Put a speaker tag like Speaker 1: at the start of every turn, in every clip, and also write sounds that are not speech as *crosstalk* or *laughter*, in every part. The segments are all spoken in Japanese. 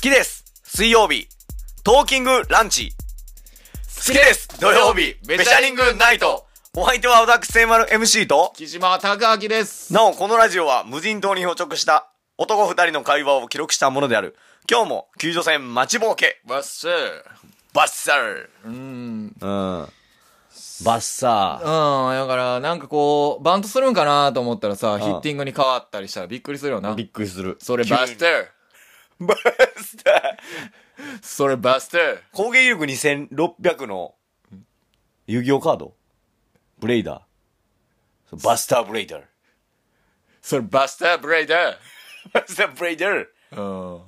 Speaker 1: きです水曜日、トーキングランチ。好きです土曜日、ベシャリングナイトお相手は私、聖丸 MC と、
Speaker 2: 木島隆明です。
Speaker 1: なお、このラジオは無人島に漂着した男二人の会話を記録したものである。今日も救助船待ちぼうけ、
Speaker 2: わっし
Speaker 1: バッサー
Speaker 2: うん。
Speaker 1: うん。バッサ
Speaker 2: うん、だから、なんかこう、バントするんかなと思ったらさ、ヒッティングに変わったりしたらびっくりするよな。
Speaker 1: っくりする。
Speaker 2: それバスター
Speaker 1: ー。バスター。
Speaker 2: それバスター
Speaker 1: 攻撃力2600の遊戯王カードブレイダー。バスターブレイダー。
Speaker 2: それバスターブレイダ
Speaker 1: バスターブレイダー。
Speaker 2: ーうん。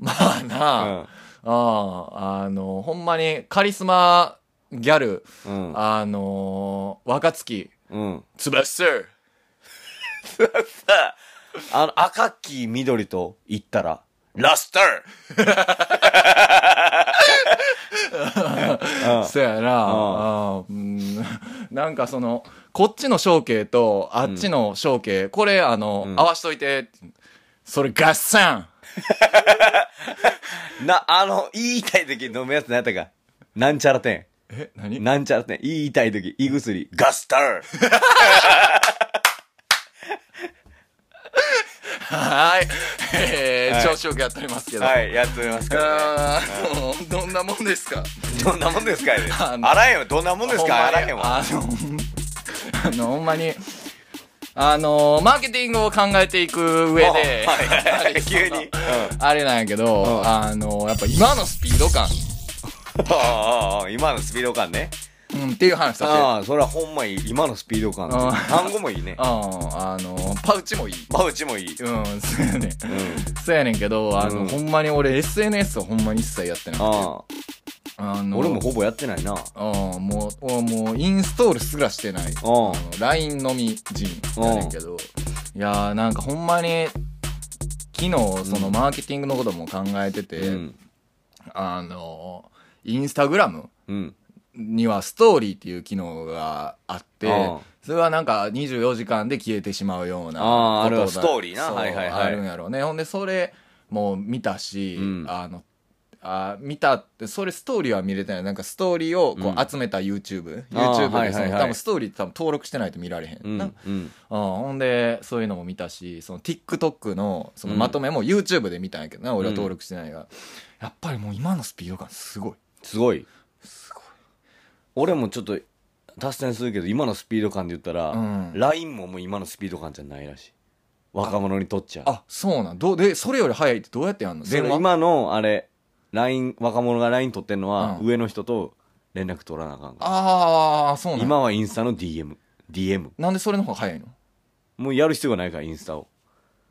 Speaker 2: まあな
Speaker 1: うん
Speaker 2: ああ、あの、ほんまにカリスマギャル、
Speaker 1: うん
Speaker 2: あの、若月、
Speaker 1: うん。
Speaker 2: つばっす
Speaker 1: あの、赤き緑と言ったら、ラスター
Speaker 2: そやなあーうん *laughs* なんかその、こっちの象形とあっちの象形、これあの、合わしといて、それ合算
Speaker 1: な、あの、言いたい時飲むやつ何やったか。なんちゃら店。
Speaker 2: え、 *laughs* 何
Speaker 1: なんちゃら店。言いたい時、胃薬。ガスター
Speaker 2: はーい。えー、調子よくやっておりますけど。
Speaker 1: はい、やっておりますから、ね。
Speaker 2: あーどんなもんですか
Speaker 1: どんなもんですかね。
Speaker 2: あの
Speaker 1: あらへんわ。どんなもんですかあらへんわ。
Speaker 2: あの、 *laughs* あの、ほんまに、あの、マーケティングを考えていく上で、
Speaker 1: はい
Speaker 2: やっ
Speaker 1: *laughs*
Speaker 2: ぱりその
Speaker 1: 急にうん
Speaker 2: *laughs* あれなんやけど、
Speaker 1: ん
Speaker 2: あの、やっぱ今のスピード感、
Speaker 1: ああああ今のスピード感ね。
Speaker 2: うん、っていう話させて。
Speaker 1: ああ、それはほんまいい。今のスピード感。
Speaker 2: ああ
Speaker 1: 単語もいいね。
Speaker 2: うん、あの、パウチもいい。
Speaker 1: パウチもいい。
Speaker 2: うん、そうやねん。
Speaker 1: うん。
Speaker 2: そうやねんけど、あの、
Speaker 1: うん
Speaker 2: ほんまに俺 SNS をほんまに一切やってない。
Speaker 1: あ
Speaker 2: あ
Speaker 1: あ、
Speaker 2: の、
Speaker 1: 俺もほぼやってないな。
Speaker 2: うん、もう、おもうインストールすらしてない。あの LINE のみ人やねんけど、いやーなんかほんまに、昨日、そのマーケティングのことも考えてて、
Speaker 1: うん。
Speaker 2: あの、インスタグラム
Speaker 1: うん。
Speaker 2: にはストーリーっていう機能があって、
Speaker 1: うん
Speaker 2: それはなんか24時間で消えてしまうような
Speaker 1: あー
Speaker 2: こと
Speaker 1: あるわ
Speaker 2: だ
Speaker 1: ストーリーな
Speaker 2: そう
Speaker 1: はいはいはい
Speaker 2: あるんやろうねほんでそれも見たし、
Speaker 1: うん
Speaker 2: あのあ見たってそれストーリーは見れてないなんかストーリーをこ
Speaker 1: う
Speaker 2: う集めた YouTubeYouTube、
Speaker 1: あー
Speaker 2: YouTube
Speaker 1: はい
Speaker 2: でその
Speaker 1: はいはい
Speaker 2: 多分ストーリーって多分登録してないと見られへん、
Speaker 1: う
Speaker 2: なうんん、。
Speaker 1: うん。
Speaker 2: ほんでそういうのも見たしその TikTok のその
Speaker 1: うん
Speaker 2: まとめも YouTube で見たんやけどな、俺は登録してないがやっぱりもう今のスピード感すごい
Speaker 1: すごい。俺もちょっと、達成するけど、今のスピード感で言ったら、
Speaker 2: うん
Speaker 1: LINE ももう今のスピード感じゃないらしい。若者にとっちゃ。
Speaker 2: あそうなんどうでそれより早いってどうやってやんの
Speaker 1: それ
Speaker 2: 電話
Speaker 1: 今の、あれ、LINE、若者が LINE 取ってんのは、
Speaker 2: うん
Speaker 1: 上の人と連絡取らなあかんから。
Speaker 2: ああ、そうなん
Speaker 1: 今はインスタの DM。DM。
Speaker 2: なんでそれの方が早いの
Speaker 1: もうやる必要がないから、インスタを。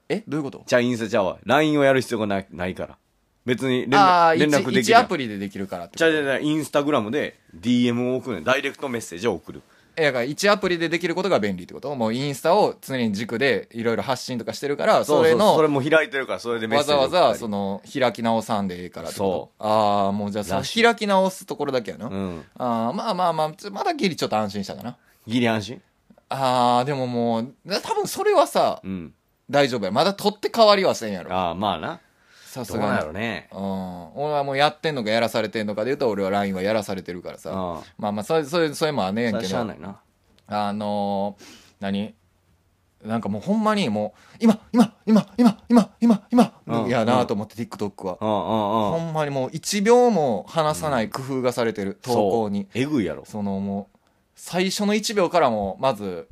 Speaker 2: えどういうこと
Speaker 1: じゃあインスタちゃうわ。LINE をやる必要がないないから。別に連
Speaker 2: ああ、
Speaker 1: 絡連絡でき
Speaker 2: 一
Speaker 1: るや
Speaker 2: ア
Speaker 1: ん。
Speaker 2: プリでできるからって
Speaker 1: じゃあじゃあじゃあインスタグラムで DM を送るねんダイレクトメッセージを送る。
Speaker 2: え、だから一アプリでできることが便利ってこともうインスタを常に軸でいろいろ発信とかしてるから、それ
Speaker 1: ううそれ
Speaker 2: の、
Speaker 1: も開いてるから、それでメッ
Speaker 2: わ
Speaker 1: セージ
Speaker 2: ざ
Speaker 1: を
Speaker 2: わ
Speaker 1: 送ったり
Speaker 2: ざ、その、開き直さんでいいからってこ
Speaker 1: そ
Speaker 2: とああ、もうじゃあ、その
Speaker 1: らしい
Speaker 2: 開き直すところだけやな。
Speaker 1: うん。
Speaker 2: ああ、まあまあまあ、ちょまだギリちょっと安心したかな。
Speaker 1: ギリ安心
Speaker 2: ああ、でももう、な多分それはさ、
Speaker 1: うん。
Speaker 2: 大丈夫や。まだ取って代わりはせんやろ。
Speaker 1: ああ、まあな。
Speaker 2: さす
Speaker 1: どう
Speaker 2: がに
Speaker 1: なんやろうね。
Speaker 2: うん、俺はもうやってんのかやらされてんのかで言うと俺は LINE はやらされてるからさ
Speaker 1: ああ
Speaker 2: まあまあそれそれそれもあん
Speaker 1: そ
Speaker 2: ねん
Speaker 1: れは
Speaker 2: け
Speaker 1: しゃあな
Speaker 2: ど
Speaker 1: いな。
Speaker 2: あのー、何なんかもうほんまにもう今今今今今今今、
Speaker 1: うん
Speaker 2: やなと思って TikTok は、
Speaker 1: うんうんう
Speaker 2: ほ
Speaker 1: ん。
Speaker 2: んまにもう1秒も離さない工夫がされてる、投稿に
Speaker 1: そう。えぐいやろ
Speaker 2: そ。のもう最初の1秒からもまず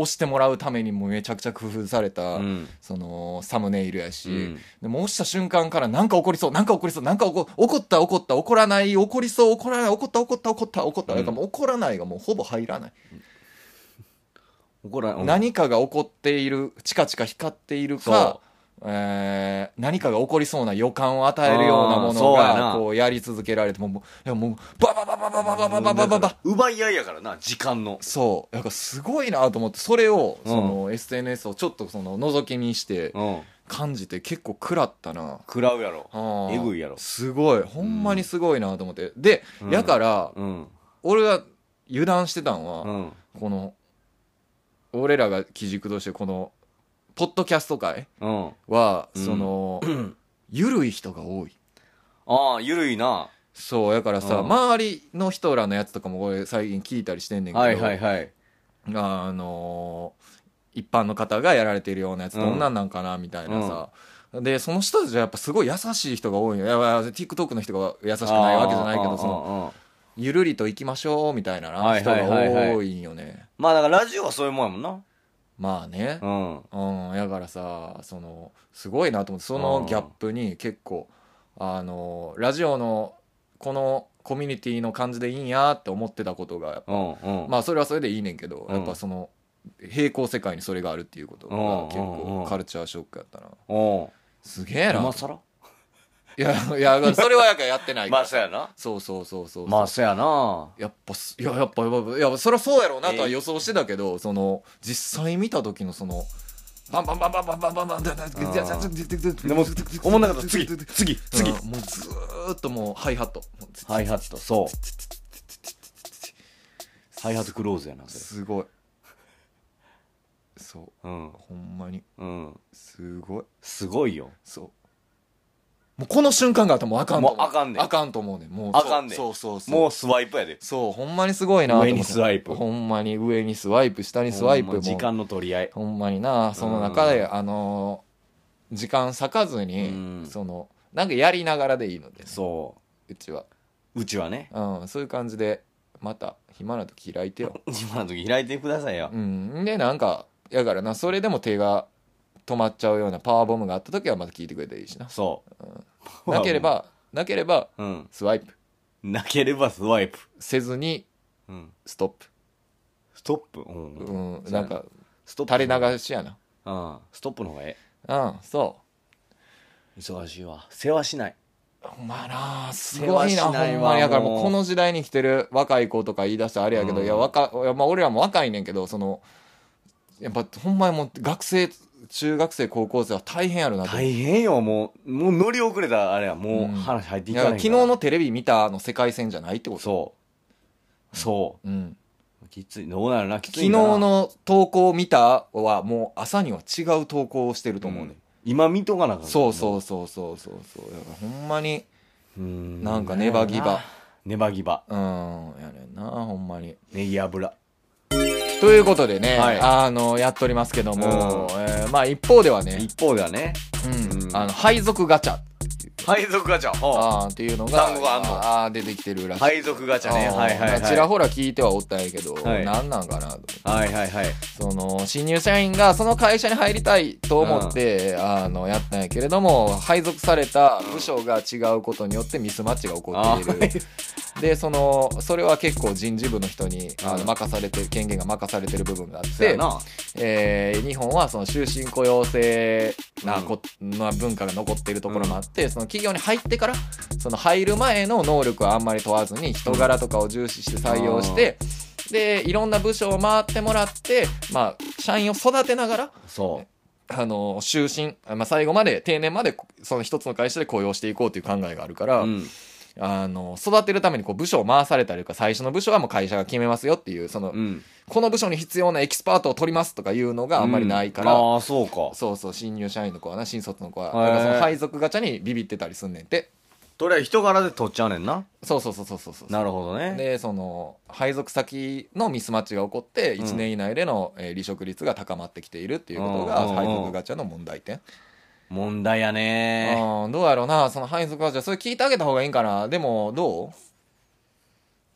Speaker 2: 押してもらうためにもうめちゃくちゃ工夫された、
Speaker 1: うん。
Speaker 2: そのサムネイルやし、
Speaker 1: うん
Speaker 2: でも押した瞬間からなんか起こりそうなんか起こりそうなんか起こ怒った怒った怒らない起こりそう怒らない怒った怒った怒った怒った、
Speaker 1: うん
Speaker 2: なんかもう怒らないがもうほぼ入らない、
Speaker 1: 怒らん。
Speaker 2: 何かが起こっているチカチカ光っているか
Speaker 1: そ、
Speaker 2: えー何かが起こりそうな予感を与えるようなも
Speaker 1: あーそ
Speaker 2: の
Speaker 1: うや
Speaker 2: が
Speaker 1: な
Speaker 2: こうやり続けられてもうもういやもうババババババババババババ
Speaker 1: 奪い合いやからな、時間の。
Speaker 2: そうだからすごいなと思ってそれを
Speaker 1: うん
Speaker 2: その SNS をちょっとその覗き見して
Speaker 1: うん。
Speaker 2: 感じて結構食らったな
Speaker 1: 食らうやろ。
Speaker 2: あー
Speaker 1: えぐいやろ
Speaker 2: すごいほんまにすごいなと思って、で、
Speaker 1: うん
Speaker 2: やから
Speaker 1: うん。
Speaker 2: 俺が油断してたん
Speaker 1: う
Speaker 2: は、
Speaker 1: ん。
Speaker 2: この俺らが基軸としてこのポッドキャスト界
Speaker 1: うん。
Speaker 2: は、
Speaker 1: *clears throat* うん
Speaker 2: その緩い人が多い
Speaker 1: ああ、ゆるいな。
Speaker 2: そうやからさ
Speaker 1: うん
Speaker 2: 周りの人らのやつとかも俺最近聞いたりしてんねんけど、
Speaker 1: はいはいはい。
Speaker 2: あのー一般の方がやられてるようなやつ
Speaker 1: うん
Speaker 2: どんなんなんかなみたいなさ、でその人たちはやっぱすごい優しい人が多いよいやいや TikTok の人が優しくないわけじゃないけ
Speaker 1: あ
Speaker 2: ど
Speaker 1: あ
Speaker 2: その
Speaker 1: ああああ
Speaker 2: ゆるりと行きましょうみたいなな
Speaker 1: はい
Speaker 2: 人が
Speaker 1: はいはいはい
Speaker 2: 多いんよね
Speaker 1: まあだからラジオはそういうもんやもんな。
Speaker 2: まあね
Speaker 1: うん。
Speaker 2: うんやからさそのすごいなと思ってそ
Speaker 1: うん
Speaker 2: のギャップに結構あのラジオのこのコミュニティの感じでいいんやって思ってたことが
Speaker 1: うんうん。
Speaker 2: まあそれはそれでいいねんけど、
Speaker 1: うん
Speaker 2: やっぱその平行世界にそれがあるっていうことが結構カルチャーショックやったな、
Speaker 1: うん。
Speaker 2: すげえな、
Speaker 1: 今更
Speaker 2: いやいやそれはやからやってない
Speaker 1: *laughs*
Speaker 2: か
Speaker 1: ま
Speaker 2: ら、
Speaker 1: あそうやな。
Speaker 2: そうそうそうそう、
Speaker 1: まあそうやな。
Speaker 2: やっぱすいややっぱやっぱいやそりゃそうやろうなとは予想してたけど、その実際見た時のそのバンバンバンバンバンバンバンバンバンバンバンバンバンバンバンバ
Speaker 1: でも、思わなかった。次、次、次。
Speaker 2: もうずーっともうハイハット
Speaker 1: ハイハット、そう。ハイハットクローズやな、そ
Speaker 2: すごいそう
Speaker 1: れ。うん。
Speaker 2: ほんまに
Speaker 1: うん。
Speaker 2: すごい
Speaker 1: すごいよ。
Speaker 2: そう。もうこの瞬間があったらもうあかんと思
Speaker 1: も
Speaker 2: う。
Speaker 1: うあかんねん
Speaker 2: あかんと思うねん。もう。
Speaker 1: あかんねん
Speaker 2: そうそうそう。
Speaker 1: も
Speaker 2: も
Speaker 1: う
Speaker 2: う。
Speaker 1: スワイプやで。
Speaker 2: そう、ほんまにすごいなと思って
Speaker 1: 上にスワイプ
Speaker 2: ほんまに上にスワイプ、下にスワイプ
Speaker 1: ほん
Speaker 2: も。
Speaker 1: ま時間の取り合い。
Speaker 2: ほんまにな、その中で、
Speaker 1: う
Speaker 2: あのー時間割かずに、
Speaker 1: うん
Speaker 2: その、なんかやりながらでいいので、
Speaker 1: そう
Speaker 2: ちは。
Speaker 1: う。うちはね。
Speaker 2: うん、そういう感じで、また、暇な時開い
Speaker 1: *laughs*
Speaker 2: てよ。
Speaker 1: 今の時開いてくださいよ
Speaker 2: う。ん。で、なんか、やからな、それでも手が止まっちゃうようなパワーボムがあった時はまた聞いてくれていいしな。
Speaker 1: そう。
Speaker 2: なけれ。ば、なければ、
Speaker 1: うん。
Speaker 2: スワイプ。
Speaker 1: なければスワイプ。
Speaker 2: せずに
Speaker 1: うん。
Speaker 2: ストップ、
Speaker 1: ストップ。うん
Speaker 2: う
Speaker 1: うん。
Speaker 2: ん、なんか
Speaker 1: ストップ。
Speaker 2: 垂れ流しやな
Speaker 1: うん。ストップの方がえ
Speaker 2: うんそ
Speaker 1: え。忙しいわ。世話しない。
Speaker 2: うほんまやなすごい
Speaker 1: 世話し
Speaker 2: なほ
Speaker 1: ないわ
Speaker 2: んまにだからも
Speaker 1: もう
Speaker 2: うこの時代に来てる若い子とか言い出したらあれやけど、
Speaker 1: うん
Speaker 2: いや若いやまあ俺らも若いねんけどそのやっぱほんまにもう学生中学生高校生は大変やろなと思う
Speaker 1: 大変よ、もう。もう乗り遅れた、あれは。もう
Speaker 2: うん
Speaker 1: 話入ってい
Speaker 2: い
Speaker 1: か
Speaker 2: や
Speaker 1: ない
Speaker 2: 昨日。のテレビ見たの世界戦じゃないってこと、
Speaker 1: そう。そう
Speaker 2: ん、
Speaker 1: う。きつい。どうなるな、きつ
Speaker 2: 昨
Speaker 1: い
Speaker 2: 日
Speaker 1: んかな。
Speaker 2: の投稿見たはもう朝には違う投稿をしてると
Speaker 1: と
Speaker 2: 思
Speaker 1: 思
Speaker 2: う
Speaker 1: う
Speaker 2: ね
Speaker 1: ね。、今見とかなあかんから
Speaker 2: そうそうそうそうそうそうだからほんまに
Speaker 1: うん
Speaker 2: なんかネバギバ
Speaker 1: ネバギバ
Speaker 2: うんやねんなほんまに
Speaker 1: ネギ油
Speaker 2: ということでね、
Speaker 1: はい
Speaker 2: あのやっておりますけども、
Speaker 1: う
Speaker 2: えーまあ一方ではね、
Speaker 1: 一方ではね
Speaker 2: うん
Speaker 1: うん
Speaker 2: あの配属ガチャ
Speaker 1: 配属ガチャほ
Speaker 2: あーっていうのが
Speaker 1: 単語があんの
Speaker 2: ー出てきてるら
Speaker 1: う
Speaker 2: しい
Speaker 1: 配属ガチャね
Speaker 2: あー
Speaker 1: はいはい
Speaker 2: まあちら
Speaker 1: は
Speaker 2: ほら聞いてはおったんやけど、
Speaker 1: はい
Speaker 2: 何なんかなと
Speaker 1: いはいはいはい
Speaker 2: その新入社員がその会社に入りたいと思って、あのやったんやけれども配属された部署が違うことによってミスマッチが起こ
Speaker 1: あ
Speaker 2: っているでそのそれは結構人事部の人にあ
Speaker 1: う
Speaker 2: の
Speaker 1: ん
Speaker 2: 任されて権限が任されてる部分があっ
Speaker 1: そうや
Speaker 2: て
Speaker 1: な
Speaker 2: えー日本はその終身雇用制なこ、な文化が残っているところもあって、その企業に入ってからその入る前の能力はあんまり問わずに人柄とかを重視して採用して、でいろんな部署を回ってもらって、まあ、社員を育てながら
Speaker 1: そ
Speaker 2: あの終身、まあ、最後まで定年までその一つの会社で雇用していこうという考えがあるから、
Speaker 1: ううん
Speaker 2: あの育てるためにこう部署を回されたりとか最初の部署はもう会社が決めますよっていうその
Speaker 1: うん
Speaker 2: この部署に必要なエキスパートを取りますとかいうのがあんまりないから、
Speaker 1: うんああそうか
Speaker 2: そうそう新入社員の子はな新卒の子は
Speaker 1: へー
Speaker 2: だからその配属ガチャにビビってたりすんねんて
Speaker 1: とりあえず人柄で取っちゃうねんな
Speaker 2: そうそうそうそうそうそう
Speaker 1: なるほどね
Speaker 2: でその配属先のミスマッチが起こって
Speaker 1: うん
Speaker 2: 1年以内での、えー離職率が高まってきているっていうことが
Speaker 1: うんうんうん
Speaker 2: 配属ガチャの問題点、
Speaker 1: 問題やね
Speaker 2: うんどうやろうなその配属ガチャそれ聞いてあげた方がいいんかなでもど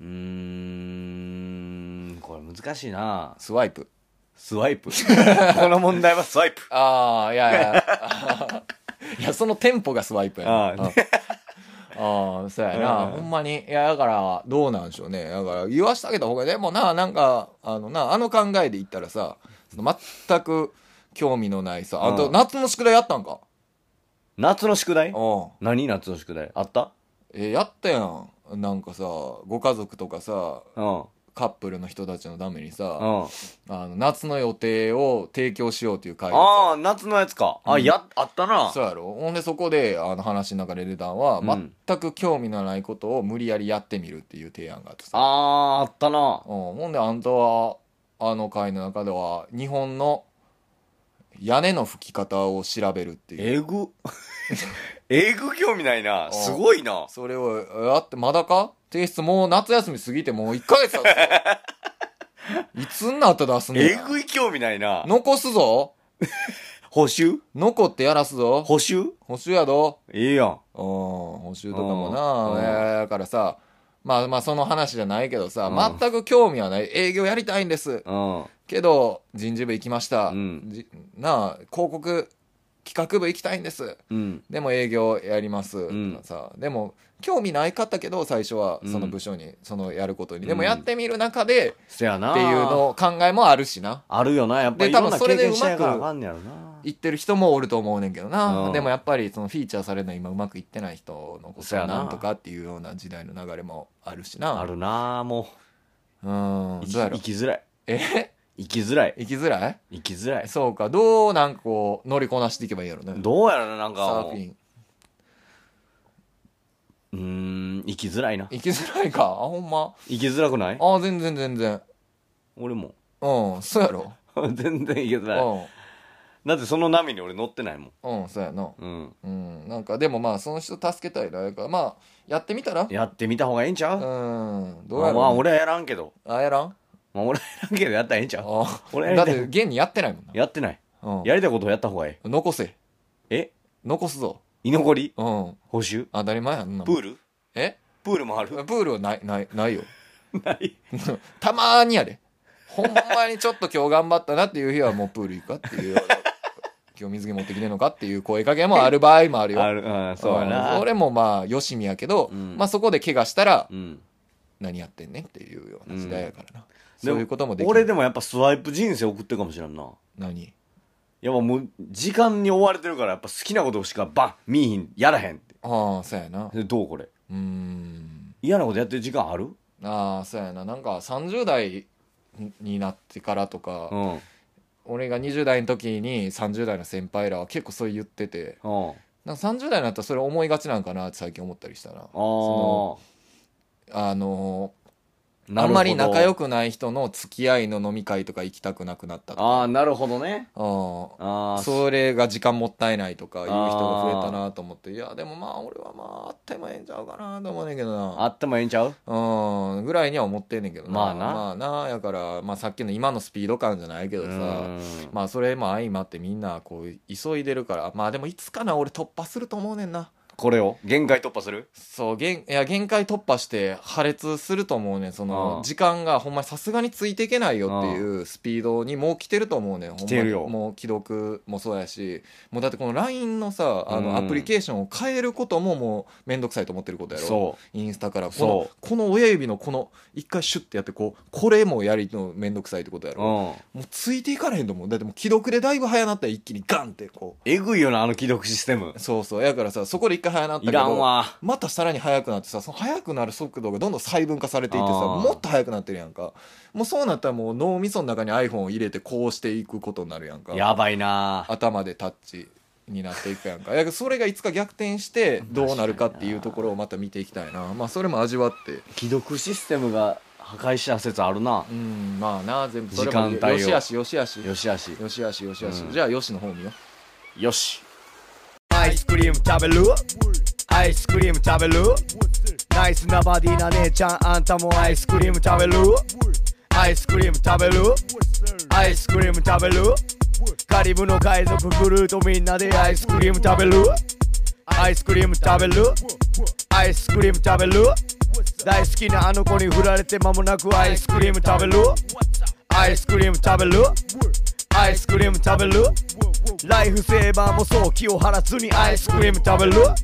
Speaker 2: う
Speaker 1: うーんこれ難しいな
Speaker 2: スワイプ
Speaker 1: スワイプこの問題はスワイプ
Speaker 2: ああいや
Speaker 1: *laughs*
Speaker 2: いやいやそのテンポがスワイプやな
Speaker 1: あー
Speaker 2: うんああ、そうやな。
Speaker 1: うん
Speaker 2: ほんまに。いや、だから、どうなんでしょうね。だから、言わしてあげた方が、でもな、なんか、あのな、あの考えで言ったらさ、その全く興味のないさ、あ
Speaker 1: う
Speaker 2: と、
Speaker 1: ん
Speaker 2: 夏の宿題やったんか
Speaker 1: 夏の宿題
Speaker 2: うん。
Speaker 1: 何夏の宿題あった
Speaker 2: え、やったやん。なんかさ、ご家族とかさ、
Speaker 1: うん
Speaker 2: カップルの人たちのために
Speaker 1: う
Speaker 2: さ、
Speaker 1: ん
Speaker 2: あの、夏の予定を提供しようという会
Speaker 1: あ
Speaker 2: が
Speaker 1: あ、夏のやつか。
Speaker 2: う
Speaker 1: あ、
Speaker 2: ん
Speaker 1: や、あったな。
Speaker 2: そうやろほんで、そこで、あの、話の中で出たんは、
Speaker 1: うん
Speaker 2: 全く興味のないことを無理やりやってみるっていう提案があってさ。
Speaker 1: ああー、あったな。
Speaker 2: うん、ほんであんたはあの回の中では日本の屋根の吹き方を調べるっていう *laughs*
Speaker 1: えぐ。英語興味ないな。すごいな。
Speaker 2: それを、あって、まだか提出もう夏休み過ぎてもう1ヶ月経
Speaker 1: *laughs*
Speaker 2: つ。いつになったら出すねん
Speaker 1: えぐい興味ないな。
Speaker 2: 残すぞ
Speaker 1: 補修
Speaker 2: 残ってやらすぞ
Speaker 1: 補修
Speaker 2: 補習やど
Speaker 1: いいやん。
Speaker 2: うん、補習とかも
Speaker 1: うん
Speaker 2: な、えーだからさ、まあまあその話じゃないけどさ、
Speaker 1: うん
Speaker 2: 全く興味はない。営業やりたいんです。
Speaker 1: うん。
Speaker 2: けど、人事部行きました。
Speaker 1: うん
Speaker 2: じなあ、広告企画部行きたいんです。
Speaker 1: うん。
Speaker 2: でも営業やります、
Speaker 1: ん
Speaker 2: さでも興味ないかったけど最初は
Speaker 1: うん
Speaker 2: その部署に、そのやることにで
Speaker 1: う
Speaker 2: も
Speaker 1: ん
Speaker 2: やってみる中でっ
Speaker 1: せやな。
Speaker 2: ていうのを考えもあるしな
Speaker 1: あるよな。やっぱ
Speaker 2: で
Speaker 1: りいろん
Speaker 2: 多
Speaker 1: な
Speaker 2: 分それ
Speaker 1: 経
Speaker 2: で
Speaker 1: 験しないからあ
Speaker 2: うまく
Speaker 1: かんねやろな。
Speaker 2: 言ってる人もおると思うねんけどな、
Speaker 1: うん
Speaker 2: でもやっぱりそのフィーチャーされるのは今うまくいってない人のこと
Speaker 1: そや
Speaker 2: は
Speaker 1: な
Speaker 2: なんとかっていうような時代の流れもあるしな
Speaker 1: あるなも
Speaker 2: うん
Speaker 1: う。
Speaker 2: どうやろ
Speaker 1: 生きづらい。
Speaker 2: え *laughs*
Speaker 1: 生きづらい。
Speaker 2: 生きづらい
Speaker 1: 生きづらい。
Speaker 2: そうかどうなんかこう乗りこなしていけばいいやろね
Speaker 1: どうやらな、なん
Speaker 2: サ
Speaker 1: か。
Speaker 2: ーフィン
Speaker 1: うーん、生きづらいな。
Speaker 2: 生きづらいかあほんま
Speaker 1: 生きづらくない
Speaker 2: あ全然全然
Speaker 1: 俺も。
Speaker 2: うんそうやろ、
Speaker 1: *laughs* 全然生きづらい。だってその波に俺乗ってないもん。
Speaker 2: うんうんそうやな
Speaker 1: うん。
Speaker 2: うん、なんかでもまあその人助けたいなだからまあやってみたら
Speaker 1: やってみた方がええんちゃ
Speaker 2: う
Speaker 1: うん
Speaker 2: どう
Speaker 1: ま
Speaker 2: や
Speaker 1: あ
Speaker 2: ろ
Speaker 1: ま
Speaker 2: う
Speaker 1: あ、俺はやらんけど。
Speaker 2: あやらん
Speaker 1: まあ、俺はやらんけどやったらええんちゃう
Speaker 2: あ
Speaker 1: 俺やり
Speaker 2: だった
Speaker 1: い
Speaker 2: て現にやってないもんな、
Speaker 1: やってない。
Speaker 2: うん、
Speaker 1: やりたいことをやった方がえ
Speaker 2: 残せ
Speaker 1: え。え
Speaker 2: 残すぞ
Speaker 1: 居残り
Speaker 2: うん
Speaker 1: 補修
Speaker 2: 当たり前やんな
Speaker 1: プ
Speaker 2: も
Speaker 1: ー
Speaker 2: ん
Speaker 1: ル
Speaker 2: え
Speaker 1: プールもあ
Speaker 2: プ
Speaker 1: る
Speaker 2: ールはないないないよ *laughs*
Speaker 1: ない。
Speaker 2: たまーにやでほんまにちょっと今日頑張ったなっていう日はもうプール行くかっていう *laughs* 今日水着持ってきてんのかっていう声かけもある場合もあるよ
Speaker 1: ある、うん、そうや
Speaker 2: ん
Speaker 1: な。
Speaker 2: 俺もまあよしみやけど、
Speaker 1: うん
Speaker 2: まあそこで怪我したら
Speaker 1: うん。
Speaker 2: 何やってんねんっていうような時代やからな、そういうこともできる
Speaker 1: 俺でもやっぱスワイプ人生送ってるかもしれんな。
Speaker 2: 何
Speaker 1: やっぱもう、時間に追われてるから、やっぱ好きなことしかバン見いひん、やらへんって。
Speaker 2: ああそうやな
Speaker 1: でどうこれ
Speaker 2: うーん
Speaker 1: 嫌なことやってる時間ある
Speaker 2: ああそうやななんか30代になってからとか、
Speaker 1: うん。うん。
Speaker 2: 俺が20代の時に30代の先輩らは結構それ言っててなんか30代になったらそれ思いがちなんかなって最近思ったりしたな
Speaker 1: あー
Speaker 2: あのー
Speaker 1: な
Speaker 2: あ
Speaker 1: るほど
Speaker 2: んまり仲良くない人の付き合いの飲み会とか行きたくなくなったとか
Speaker 1: ああ、なるほどね。
Speaker 2: あ
Speaker 1: あ
Speaker 2: あ
Speaker 1: あ、
Speaker 2: それが時間もったいないとかいう人が増えたなと思っていやでもまあ俺はまああってもええんちゃうかなと思うねんけどな
Speaker 1: あってもええんちゃう
Speaker 2: うんぐらいには思ってんねんけど
Speaker 1: まあな
Speaker 2: まあなやから、まあ、さっきの今のスピード感じゃないけど
Speaker 1: う
Speaker 2: さ
Speaker 1: ん
Speaker 2: まあそれも相まってみんなこう急いでるからまあでもいつかな俺突破すると思うねんな
Speaker 1: これを限界突破する
Speaker 2: そう限いや限界突破して破裂すると思うねんそ
Speaker 1: あ
Speaker 2: の
Speaker 1: あ
Speaker 2: 時間がほんまにさすがについていけないよっていうスピードにもう来てると思うねんほんまに
Speaker 1: 来てるよ
Speaker 2: もう既読もそうやしもうだってこの LINE のさあ
Speaker 1: うん
Speaker 2: のアプリケーションを変えることももう面倒くさいと思ってることやろ
Speaker 1: そ
Speaker 2: インスタからこ
Speaker 1: そ
Speaker 2: のこの親指のこの一回シュッてやってこうこれもやりのめんどくさいってことや
Speaker 1: う。
Speaker 2: ろ、
Speaker 1: うん。
Speaker 2: もうついていかれへんと思うだってもう既読でだいぶ早なったら一気にガンってこ
Speaker 1: えぐいよな、あの既読システム
Speaker 2: う。そうそうやからさそこで一回早なった
Speaker 1: い
Speaker 2: けど
Speaker 1: らんわ。
Speaker 2: またさらに速くなってさその速くなる速度がどんどん細分化されていってさ
Speaker 1: あー
Speaker 2: もっと速くなってるやんかもうそうなったらもう脳みその中に iPhone を入れてこうしていくことになるやんか
Speaker 1: やばいな。
Speaker 2: 頭でタッチになっていくやんかやけどそれがいつか逆転して
Speaker 1: *laughs*
Speaker 2: どうなるかっていうところをまた見ていきたいなまあそれも味わって
Speaker 1: 既読システムが破壊した説あるな。
Speaker 2: うんまあな全部それ
Speaker 1: 時間帯を
Speaker 2: よしあしよしあし
Speaker 1: よしあし。
Speaker 2: よしあしよしあし、
Speaker 1: うん
Speaker 2: じゃあよしの方見よ
Speaker 1: よし。アイスクリーム食べるアイスクリーム食べるナイスなバディな姉ちゃん、あんたもアイスクリーム食べるアイスクリーム食べるアイスクリーム食べるカリブの海賊グルーとみんなでアイスクリーム食べるアイスクリーム食べるアイスクリーム食べる大好きなあの子に振られて間もなくアイスクリーム食べるアイスクリーム食べるアイスクリーム食べるライフセーバーもそう気を張らずにアイスクリーム食べる